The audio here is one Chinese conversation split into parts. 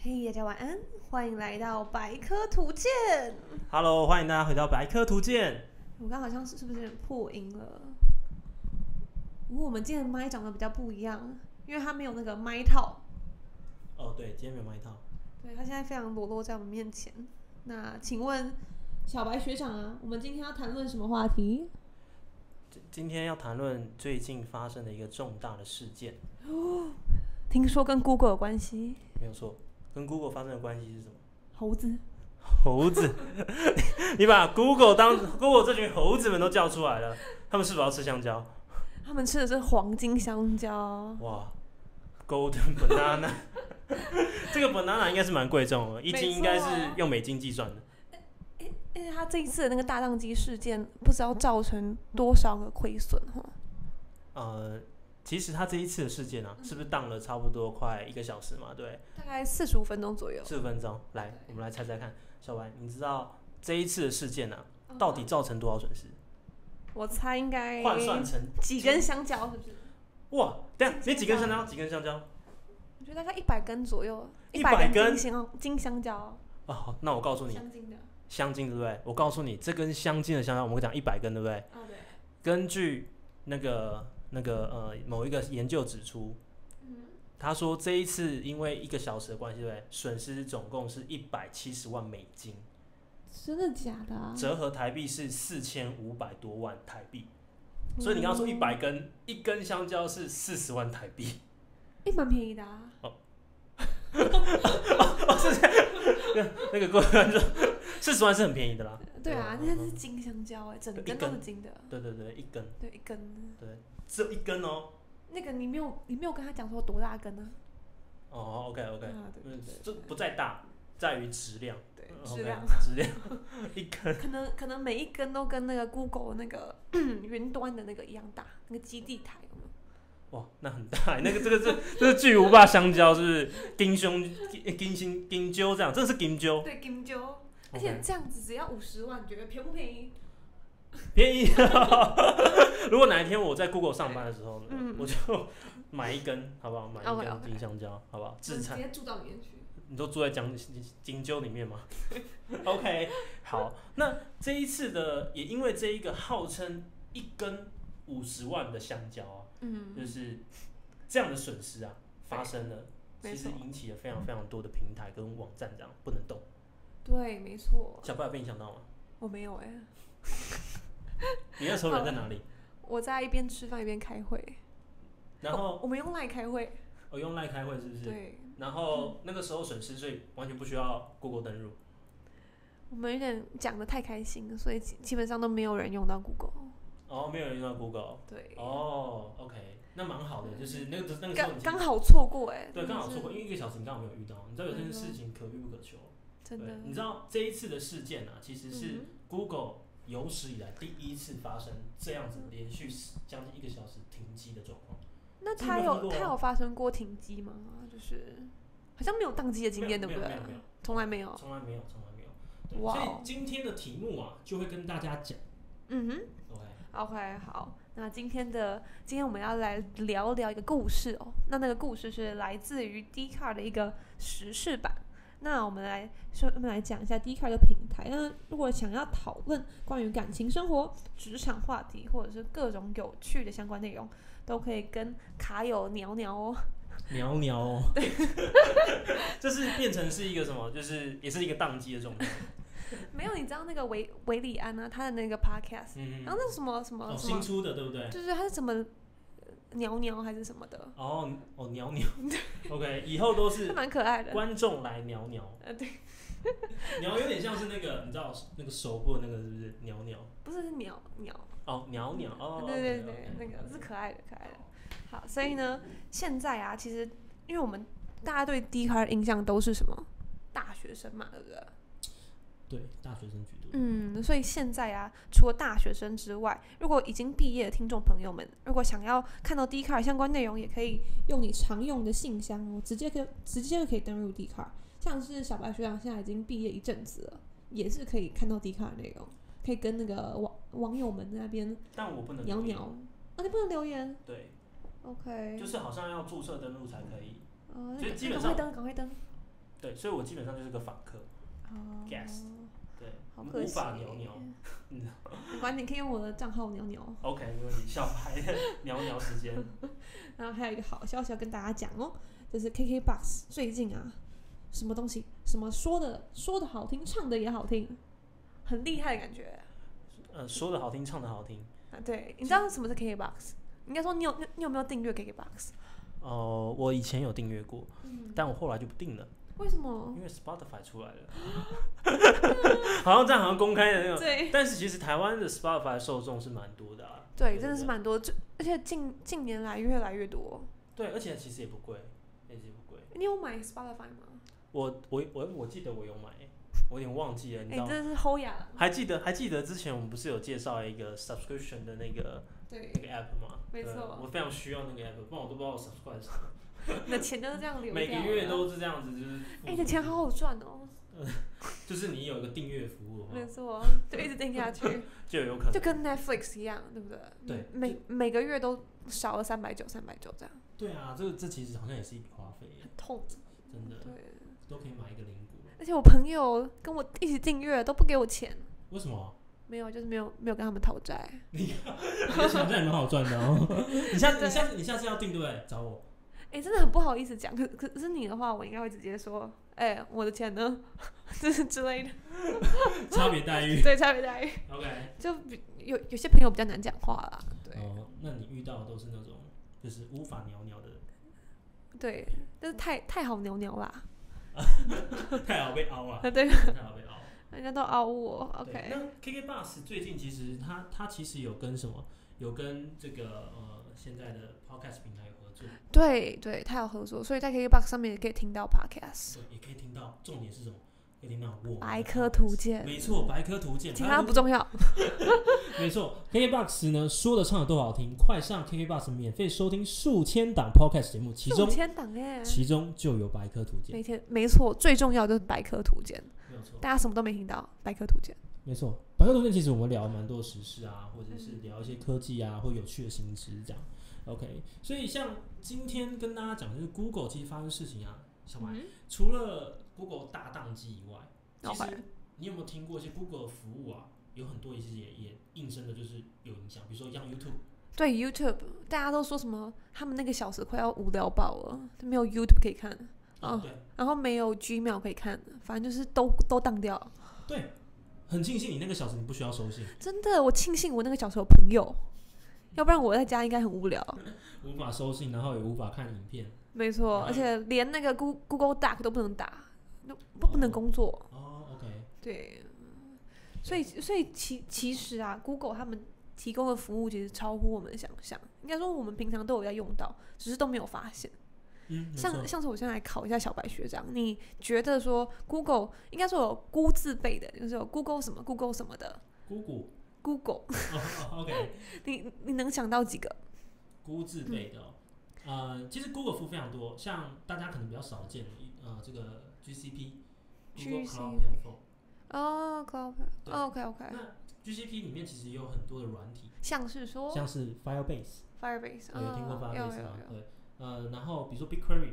嘿，大家晚安，欢迎来到百科图鉴。 Hello，欢迎大家回到百科图鉴。我刚好像是是不是有点破音了？不过我们今天的麦长得比较不一样，因为它没有那个麦套，哦，对，今天没有麦套。对，它现在非常裸露在我们面前。那请问小白学长啊，我们今天要谈论什么话题？今今天要谈论最近发生的一个重大的事件，听说跟 Google 有关系，没有错，跟 Google 发生的关系是什么？猴子。猴子， 你把 Google 当 Google 这群猴子们都叫出来了，他们是不是要吃香蕉？他们吃的是黄金香蕉，哇，Golden Banana，这个 banana 应该是蛮贵重的，一斤应该没是错用美金计算的。因为他这一次的那个大宕机事件，不知道造成多少个亏损哈。呃，其实他这一次的事件啊，是不是当了差不多快一个小时嘛？对不对。大概四十五分钟左右。四分钟，来，我们来猜猜看，小白，你知道这一次的事件呢、啊，到底造成多少损失？我猜应该换算成几根香蕉，是不是？哇，等一下几你几根香蕉？几根香蕉？我觉得大概一百根左右， 100根根金香金香蕉，哦，好那我告诉你，香精的。香精对不对？我告诉你，这根香精的香蕉，我们讲一百根对不对？哦，对。根据那个那个呃某一个研究指出，他说这一次因为一个小时的关系，对不对？损失总共是一百七十万美金，真的假的啊？折合台币是四千五百多万台币。所以你刚刚说一百根，一根香蕉是四十万台币，诶，蛮便宜的啊。那个各位观 众，四十万是很便宜的啦。对啊，那对啊是金香蕉哎，整对根一根都是金的，对对对，一根对，一根。只有一根哦。那个你没有，你没有跟他讲说多大根呢？哦，OK OK，啊，对对嗯，对这不在大，在于质量。对对，嗯，OK，质量。质量， 一根可能可能每一根都跟那个 Google 那个 云端的那个一样大，那个基地台有没有？哇，那很大，欸那个这个是这是巨无霸香蕉，是不是？金胸金金星金鸠这样，这是金鸠，对，金蕉，而 OK 且这样子只要五十万，你觉得便不便宜？便宜。 如果哪一天我在 Google 上班的时候，嗯哦我就买一根，好不好？买一 OK，OK 根金香蕉，好不好？就自产直。接住到里面去。你都住在讲锦州里面吗 ？OK，好，那这一次的也因为这一个号称一根五十万的香蕉啊，嗯，就是这样的损失啊发生了，没其错嗯实引起了非常非常多的平台跟网站这样不能动。对，没错，小白有被影响到吗？我没有哎、你那时候人在哪里？我在一边吃饭一边开会。哦然后我们用 Line 开会，我用赖开会是不是？对，然后那个时候损失，所以完全不需要 Google 登入。我们有点讲的太开心，所以基基本上都没有人用到 Google。哦，没有人用到 Google。对，哦，OK，那蛮好的，就是那个那个时刚候你其实刚好错过哎、对，真的刚好是错过，因为一个小时你刚好没有遇到，你知道有些事情可遇不可求。真对的，你知道这一次的事件啊，其实是嗯 Google 有史以来第一次发生这样嗯子连续将近一个小时停机的状况。那真的他没有听过他啊有发生过停机吗？就是好像没有宕机的经验，没对有不没对有没有没有？从来没有。从来没有，从来没有。对，哦哇所以哦今天的题目啊，就会跟大家讲嗯哼。 ，OK， OK，好，那今天的今天我们要来聊聊一个故事哦。那那个故事是来自于 d c a r 的一个时事版。那我们来说，我们来讲一下 d c a r 的平台。那如果想要讨论关于感情生活、职场话题，或者是各种有趣的相关内容，都可以跟卡友聊聊哦。聊聊哦， 就是变成是一个什么，就是也是一个宕机的状态。没有，你知道那个维维里安啊，他的那个 Podcast，嗯，然后啊那什么什么哦，什新么，出的对不对？就是他是怎么聊聊还是什么的，哦哦，鸟 鸟，OK，以后都是他蛮可爱的。观众来鸟鸟，呃， 对，鸟有点像是那个，你知道那个手部那个是不是鸟鸟？不是是鸟鸟。哦，鸟鸟哦，嗯对对 OK，OK 对，那个是可爱的，可爱的。好，所以呢，现在啊，其实因为我们大家对 D 卡的印象都是什么大学生嘛，对不对？对大学生居多。嗯，所以现在啊，除了大学生之外，如果已经毕业的听众朋友们，如果想要看到 D 卡相关内容，也可以用你常用的信箱哦，直接可以直接就可以登入 D 卡。像是小白学长现在已经毕业一阵子了，也是可以看到 D 卡的内容，可以跟那个网网友们那边但我不能聊留言聊。啊，你不能留言。对， OK，嗯就是好像要注册登录才可以。哦，那就赶基本赶快上登，赶快登。对，所以我基本上就是个访客，哦 Guest 对，好可无惜法嗯牛牛。 没关系，你可以用我的账号鸟鸟。 OK，没问题，小白的聊聊时间。然后还有一个好消息要跟大家讲哦，就是 KKBox 最近啊，什么东西，什么说的说的好听，唱的也好听，很厉害的感觉 呃，说的好听，唱的好听。啊。对，你知道什么是 KKBox？应该说你有你你有没有订阅 KKBox？哦、我以前有订阅过，嗯但我后来就不订了，为什么？因为 Spotify 出来了， 好像这样好像公开的那种。对 但是其实台湾的 Spotify 的受众是蛮多的啊。对，真的是蛮多，就而且近近年来越来越多。对，而且其实也不贵，也是不贵。你有买 Spotify 吗？我我我我记得我有买，我有点忘记了，你哎、知道吗？真的是齁雅了。还记得还记得之前我们不是有介绍一个 subscription 的那个对那，个 app 吗？没对错我非常需要那个 app，不然我都不知道我 subscribe 什么。你的钱都是这 样流每掉个月的都是这样子，就是哎、你的钱好好赚哦。就是你有一个订阅服务的话没错，就一直定下 去。就有可能就跟 Netflix 一样，对不对？对每每个月都少了三百九、三百九这样，对啊，这这其实好像也是一笔花费耶，很痛。真的对，都可以买一个零股了。而且我朋友跟我一起订阅都不给我钱，为什么？ 没有，就是没有没有跟他们讨债。想象也蛮好赚的哦。 你下对你下次你下次要订对不对？找我。哎，真的很不好意思讲，可可可是你的话，我应该会直接说，哎，我的钱呢？ 就是之类的，差别待遇。对，差别待遇。 OK。就比有有些朋友比较难讲话啦，对、哦，那你遇到的都是那种就是无法鸟 鸟的人，对，但是太太好牛牛啦，太好被凹 了，对，太好被凹。人家都熬我对，OK，那 KK Bus 最近其实它它其实有跟什么？有跟这个呃现在的 Podcast 平台有合作，对对，他有合作，所以在 KKBOX 上面也可以听到 Podcast。所以也可以听到。重点是什么？可以听到我们的白科 podcast 图鉴，没错，白科图鉴，其他不白科重要。图鉴没错。KKBox 呢，说的唱的都好听，快上 KKBox 免费收听数千档 Podcast 节目，其五中千档哎，其中就有白科图鉴，每天没错，最重要就是百科图鉴，没有错，大家什么都没听到，百科图鉴。没错。白科图鉴其实我们聊蛮多时事啊，或者是聊一些科技啊，或有趣的新知这样。OK，所以像今天跟大家讲，就是 Google 其实发生事情啊，小嗯白，除了 Google 大宕机以外，其 OK 实你有没有听过一些 Google 的服务啊？有很多也是也也应声的，就是有影响，比如说像 YouTube。对 YouTube，大家都说什么？他们那个小时快要无聊爆了，没有 YouTube 可以看，啊，哦对然后没有 Gmail 可以看，反正就是都都当掉了。对，很庆幸你那个小时你不需要收信，真的，我庆幸我那个小时候有朋友，要不然我在家应该很无聊。无法收信，然后也无法看影片。没错，嗯而且连那个 Goo- Google Doc 都不能打，都不不能工作。哦，OK，对，所以所以其其实啊，Google 他们提供的服务其实超乎我们的想象，应该说我们平常都有在用到，只是都没有发现。嗯，没错像像是我现在来考一下小白学长，你觉得说 Google 应该说有“估”字辈的，就是有 Google 什么 Google 什么的姑姑 Google， 哦哦，OK，你你能想到几个？姑字辈的哦、嗯呃，其实 Google 服务非常多，像大家可能比较少见的，呃，这个 GCP。Google Cloud GCP Platform，哦、c l o u 对 o k OK，那 GCP 里面其实也有很多的软体，像是说像是 Firebase， Firebase，呃有听过嗯有哦 Firebase 有吗？有对，呃，然后比如说 BigQuery，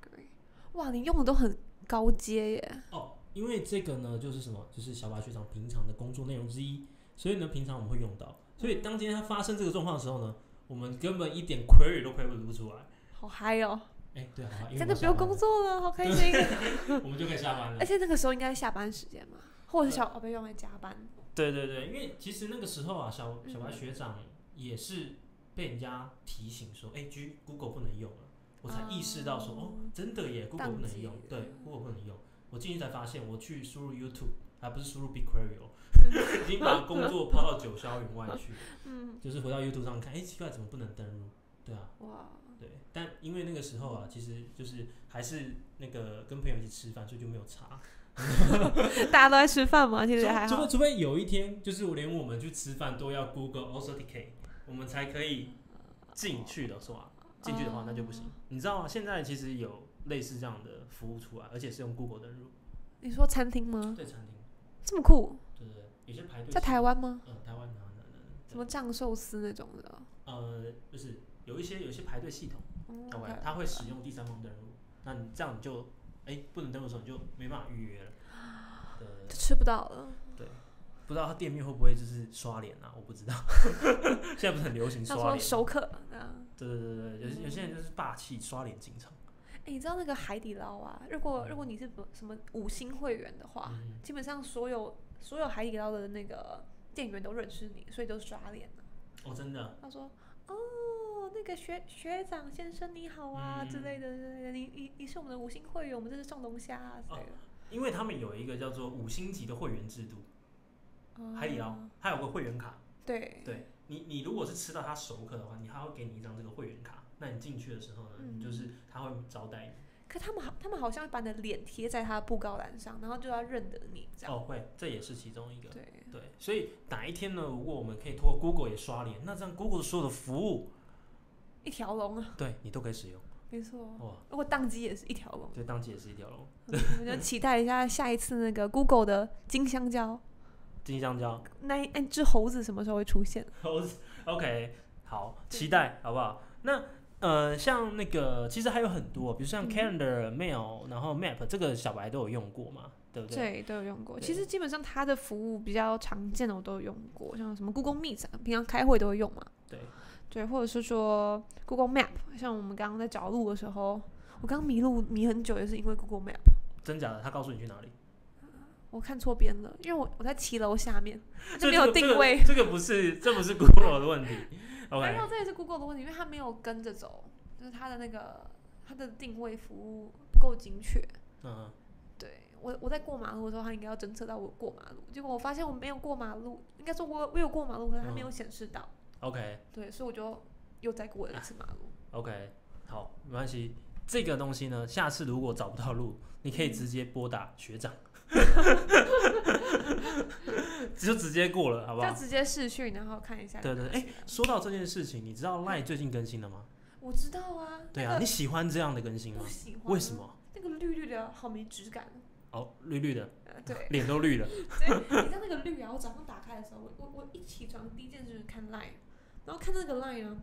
agree，哇，你用的都很高阶耶，哦，因为这个呢，就是什么，就是小白学长平常的工作内容之一，所以呢，平常我们会用到。所以当今天它发生这个状况的时候呢，我们根本一点 query 都 query 不出来。好嗨哦！哎，对，好吧，因为真的我不用下班工作了，好开 心。了，我们就可以下班了而。且那个时候应该是下班时间嘛，或者是小宝贝用来加班。对对对，因为其实那个时候啊，小小白嗯学长也是被人家提醒说，哎，G Google 不能用了，我才意识到说，哦，真的耶，Google 不宕能机用了，嗯对，Google 不能用。我进去才发现，我去输入 YouTube，还不是输入 BigQuery 哦， 已经把工作抛到九霄云外去了。嗯，就是回到 YouTube 上看，哎、奇怪，怎么不能登录？对啊，哇，对，但因为那个时候啊，其实就是还是那个跟朋友一起吃饭，所以就没有查。大家都在吃饭嘛，其除实还除好非。除非有一天，就是我连我们去吃饭都要 Google Authenticate，我们才可以进去的是吧？进去哦的话那就不行。你知道吗？现在其实有类似这样的服务出来，而且是用 Google 登录。你说餐厅吗？对，餐厅，这么酷，对对对，有些排队在台湾，湾吗？嗯、台湾，台湾，台湾台湾什么藏寿司那种的？呃，就是有一些有一些排队系统。哦嗯懂吗？它会使用第三方登录，那你这样你就哎、不能登录的时候，你就没办法预 约了。对对对就吃不到了。不知道他店面会不会就是刷脸啊？我不知道， 现在不是很流行他刷说嗯脸？熟客啊，对对对对，有些有些人就是霸气刷脸进场。哎、你知道那个海底捞啊？如果如果你是不什么五星会员的话，嗯基本上所有所有海底捞的那个店员都认识你，所以都是刷脸。哦，真的，他说：“哦，那个学学长先生你好啊、嗯之类的，之类的你你你是我们的五星会员，我们这是送龙虾啊之类的。因为他们有一个叫做五星级的会员制度，海底捞哦它有个会员卡，对，对你你如果是吃到他熟客的话，你他会给你一张这个会员卡，那你进去的时候呢，嗯你就是他会招待你。可他们好，他们好像会把你的脸贴在他的布告栏上，然后就要认得你这样。哦，会，这也是其中一个。对，对，所以哪一天呢？如果我们可以通过 Google 也刷脸，那这样 Google 所有的服 务，一条龙啊，对你都可以使用。没错。哇，如果宕机也是一条龙，对，当季也是一条龙。我们就期待一下下一次那个 Google 的金香蕉金香蕉那一那只猴子什么时候会出现？ ，OK，好，对期待好不好？那呃，像那个其实还有很多，比如像嗯 Calendar、Mail，然后 Map 这个小白都有用过嘛，对不对？对，都有用过。其对实基本上它的服务比较常见的我都有用过，像什么 Google Meet，啊平常开会都会用嘛。对对，或者是说 Google Map，像我们刚刚在找路的时候，我刚迷路迷很久，也是因为 Google Map，真假的，他告诉你去 哪里，我看错边了，因为我我在骑楼下面，它就所以没这有个定位。哎这个这个不是，这不是 Google 的问 题。没 OK，有，这也是 Google 的问题，因为它没有跟着走，就是它的那个它的定位服务不够精确。嗯，对我，我在过马路的时候，它应该要侦测到我过马路，结果我发现我没有过马路，应该说我我有过马路，可是它嗯没有显示到。 OK 对，所以我就又再过了一次马路。 OK，好，没关系。这个东西呢，下次如果找不到路，你可以直接拨打 学长， 就直接过了，好不就好？直接视讯，然后看一下。对对，哎、说到这件事情，你知道赖最近更新了吗？我知道啊。对那啊，个你喜欢这样的更新吗不？喜欢。为什？么？那个绿绿的好没质感。 哦，绿绿的，呃，对，脸 都绿了。所以你知道那个绿啊，我早上打开的时候，我我我一起床第一件事就是看 line，然后看那个 line 呢，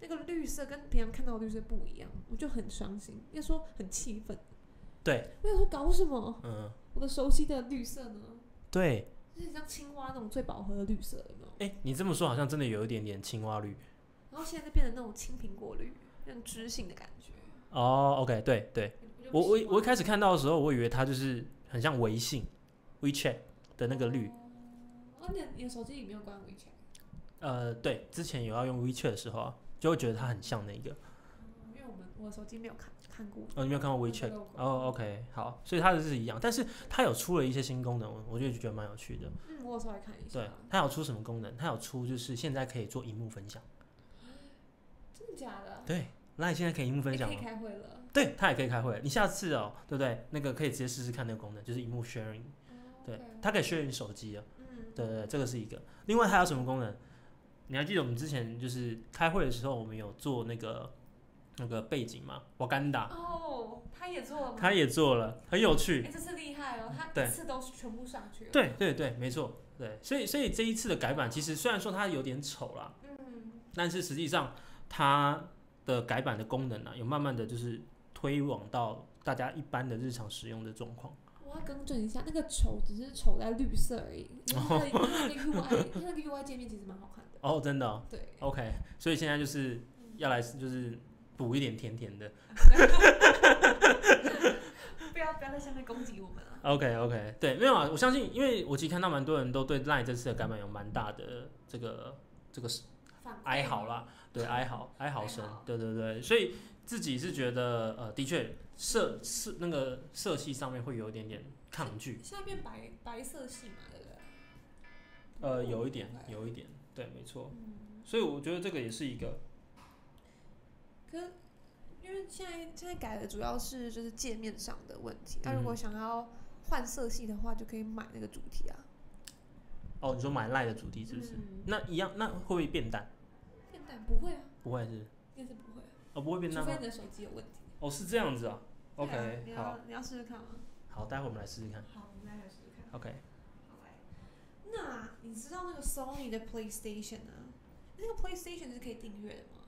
那个绿色跟平常看到的绿色不一样，我就很伤心，应该说很气愤。对，我想说搞什么？嗯，我的熟悉的绿色呢，对，就是像青蛙那种最饱和的绿色，有没有？哎、你这么说好像真的有一点点青蛙绿。然后现在就变成那种青苹果绿，那种知性的感觉。哦，OK，对对，就我不我喜欢我一开始看到的时候，我以为它就是很像微信 WeChat 的那个绿。哦，你的你的手机里没有关 WeChat，呃，对，之前有要用 WeChat 的时候啊，就会觉得它很像那个。嗯因为我们我的手机没有看看过。哦，你没有看过我没 WeChat？有看哦，OK，好，所以它的是一样，但是它有出了一些新功能，我就觉得蛮有趣的。嗯，我有稍微看一下。对，它有出什么功能？它有出就是现在可以做荧幕分享。真的假的？对，那你现在可以荧幕分也享可以吗？开会了。对，它也可以开会。你下次哦，对不对？那个可以直接试试看那个功能，就是荧幕 sharing。对，它可以 share 你手机哦啊。嗯，对对对，这个是一个。另外它有什么功能？你还记得我们之前就是开会的时候，我们有做那个那个背景吗？瓦干达，哦，他也做了吗？它也做了，很有趣。哎，这次厉害哦，他对一次都是全部上去了。对对对，没错，对，所以所以这一次的改版，其实虽然说它有点丑啦，嗯，但是实际上它的改版的功能呢、啊有慢慢的就是推广到大家一般的日常使用的状况。我要更正一下，那个丑只是丑在绿色而已。然后它的它那个 UI，它那个 UI 界面其实蛮好看的。哦，真的、哦、对， ，OK，所以现在就是要来就是补一点甜甜的。 不要不要在下面攻击我们啊了。 OK OK，对，没有啊，我相信，因为我其实看到蛮多人都对 LINE 这次的改版有蛮大的这个这个反馈哀嚎啦，对，哀嚎，哀嚎声哀嚎，对对对，所以自己是觉得，呃，的确色色那个色系上面会有一点点抗拒，现在变白白色系嘛，对不对？呃，有一点，有。有一点，对，没错，嗯，所以我觉得这个也是一个，可是因为现在现在改的主要是就是界面上的问题，那、如果嗯想要换色系的话，就可以买那个主题啊。哦，你说买 LINE 的主题是不是？嗯那一样，那会不会变淡？现在不会啊，不会是，应该是不会、啊，哦，不会变除淡非吗你？的手机有问题。哦，是这样子啊对啊你，OK，好要嗯你要试试看吗？好，待会我们来试试看好，我们来试试看。 ，OK，好来，那你知道那个 Sony 的 PlayStation 啊？那个 PlayStation 是可以订阅的吗？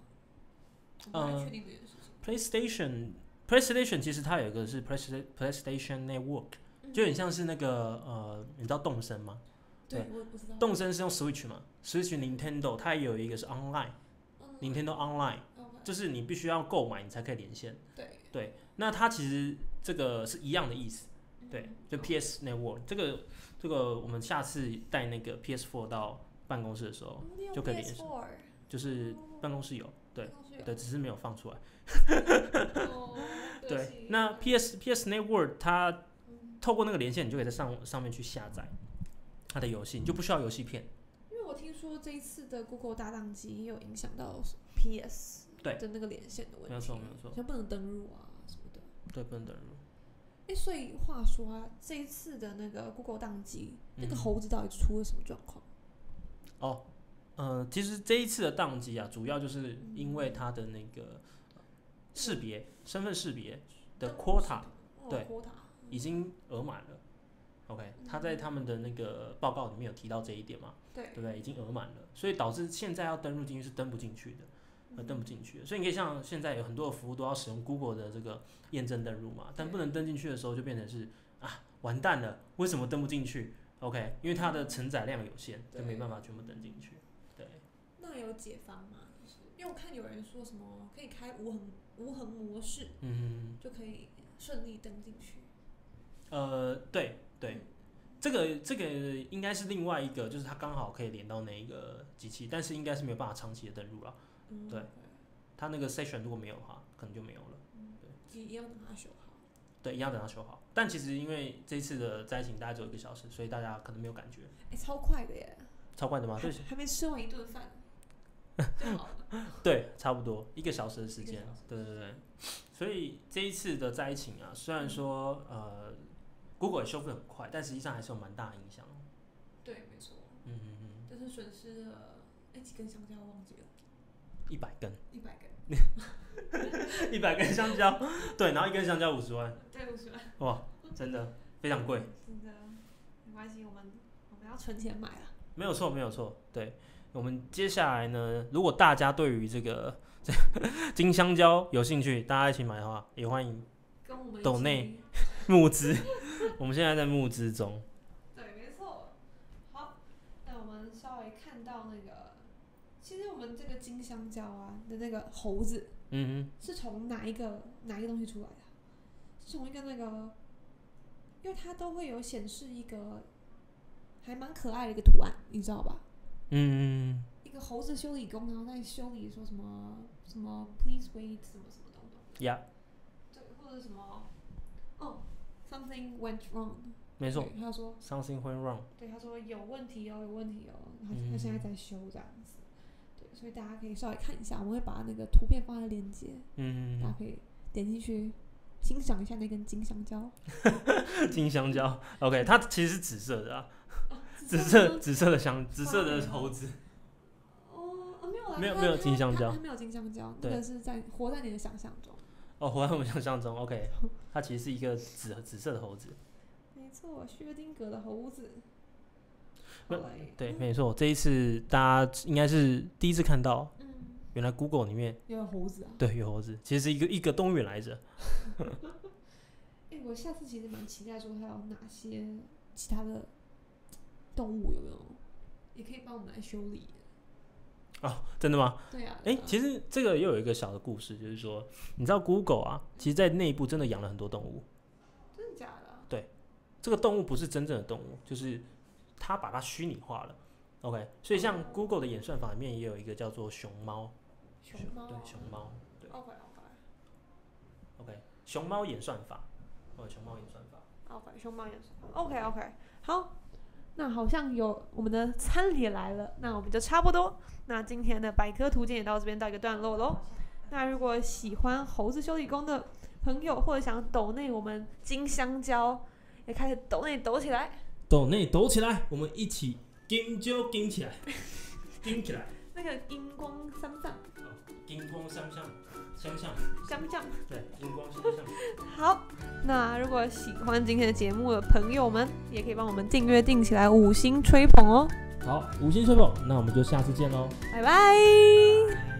我不太呃确定这件事情。 PlayStation PlayStation 其实它有一个是 PlayStation PlayStation Network，就嗯很像是那个呃，你知道动森吗？对，我不知道。动森是用 Switch 嘛，Switch Nintendo 它也有一个是 Online，Nintendo 嗯 Online，嗯嗯就是你必须要购买你才可以连线。对，对，那它其实这个是一样的意思。对嗯，就 PS Network 这个这个，我们下次带那个 PS4 到办公室的时候，嗯你有就可以 PS4 连哦就是办公室有，对办公室有对，只是没有放出来。哦对不对起，那 PS PS Network 它嗯透过那个连线，你就可以在上上面去下载它的游戏，你就不需要游戏片。因为我听说这一次的 Google 搭档机也有影响到 PS 对的那个连线的问题，没有错没有错像不能登录啊什么的。对，不能等人入。哎，所以话说啊，这一次的那个 Google 档机，那个嗯猴子到底出了什么状况？哦，呃，其实这一次的宕机啊，主要就是因为它的那个识别身份识别的 quota 哦对 quota，已经额满了。OK，他在他们的那个报告里面有提到这一点嘛，对对不对？已经额满了，所以导致现在要登录进去是登不进去的，嗯呃，登不进去的。所以你可以像现在有很多的服务都要使用 Google 的这个验证登录嘛，但不能登进去的时候就变成是啊，完蛋了，为什么登不进去？OK，因为它的承载量有限，就对没办法全部登进去。对，那有解方吗？就是因为我看有人说什么可以开无痕无痕模式，嗯，就可以顺利登进去。呃，对对，这个这个应该是另外一个，就是它刚好可以连到那一个机器，但是应该是没有办法长期的登录了。嗯，对，它那个 session 如果没有的话，可能就没有了。也也要等它修好。对，一样等它修好。但其实因为这次的灾情大概只有一个小时，所以大家可能没有感觉。哎，超快的耶，超快的 吗？对还还没吃完一顿饭就好了。对，差不多一个小时的时间一个小时。对对对。所以这一次的灾情啊，虽然说呃，Google 也修复得很快，但实际上还是有蛮大的影响。对，没错，嗯嗯嗯，就是损失了哎几根香蕉，忘记了，一百根。一百根，一百根香蕉，对，然后一根香蕉五十万，对，五十万，哇，真的非常贵，真的没关系，我们我们要存钱买啊。没有错，没有错。对我们接下来呢，如果大家对于这个这金香蕉有兴趣，大家一起买的话，也欢迎跟我们一抖起内募资。我们现在在募资中，对，没错。好，那我们稍微看到那个，其实我们这个金香蕉啊的那个猴子嗯是从哪一个哪一个东西出来的啊？是从一个那个，因为它都会有显示一个还蛮可爱的一个图案，你知道吧？哼嗯，一个猴子修理工，然后在修理说什么什么 please wait 什么什么东东，呀，对，或者什么哦 something went wrong，没错对，他说，something went wrong。对，他说有问题哦，有问题哦，然后嗯他现在在修这样子，对，所以大家可以稍微看一下，我们会把那个图片放在链接，嗯大家，可以点进去欣赏一下那根金香蕉，金香蕉，OK，它其实是紫色的啊，紫吗色紫色的香，紫色的猴子，哦，啊没有啦，没有它没有它金香它蕉它没有金香蕉，那对个是在活在你的想象中，哦，活在我们想象中，OK，它 其实是一个紫紫色的猴子。没错，薛丁格的猴子，那好嗯嘞对，没错，这一次大家应该是第一次看到，嗯，原来 Google 里面也有猴子啊，对有猴子，其实是一个一个动物园来着。哎、我下次其实蛮期待说它有哪些其他的动物有没有，也可以帮我们来修理。哦，真的吗？对啊，对哎、啊其实这个又有一个小的故事，就是说，你知道 Google 啊，其实在内部真的养了很多动物，真的假的啊？这个动物不是真正的动物，就是它把它虚拟化了。OK，所以像 Google 的演算法里面也有一个叫做熊猫，熊猫啊对熊猫，对 OK OK ，OK，熊猫演算法，哦，熊猫演算法， OK，熊猫也是 OK OK。好，那好像有我们的餐也来了，那我们就差不多。那今天的百科图鉴也到这边到一个段落喽。那如果喜欢猴子修理工的朋友，或者想抖内我们金香蕉，也开始抖内抖起来。抖内抖起来，我们一起金就金 起来，金起来。那个荧光三藏金光相向，相向，香酱。对，金光相向。好，那如果喜欢今天的节目的朋友们，也可以帮我们订阅订起来，五星吹捧哦。好，五星吹捧，那我们就下次见喽。拜拜。拜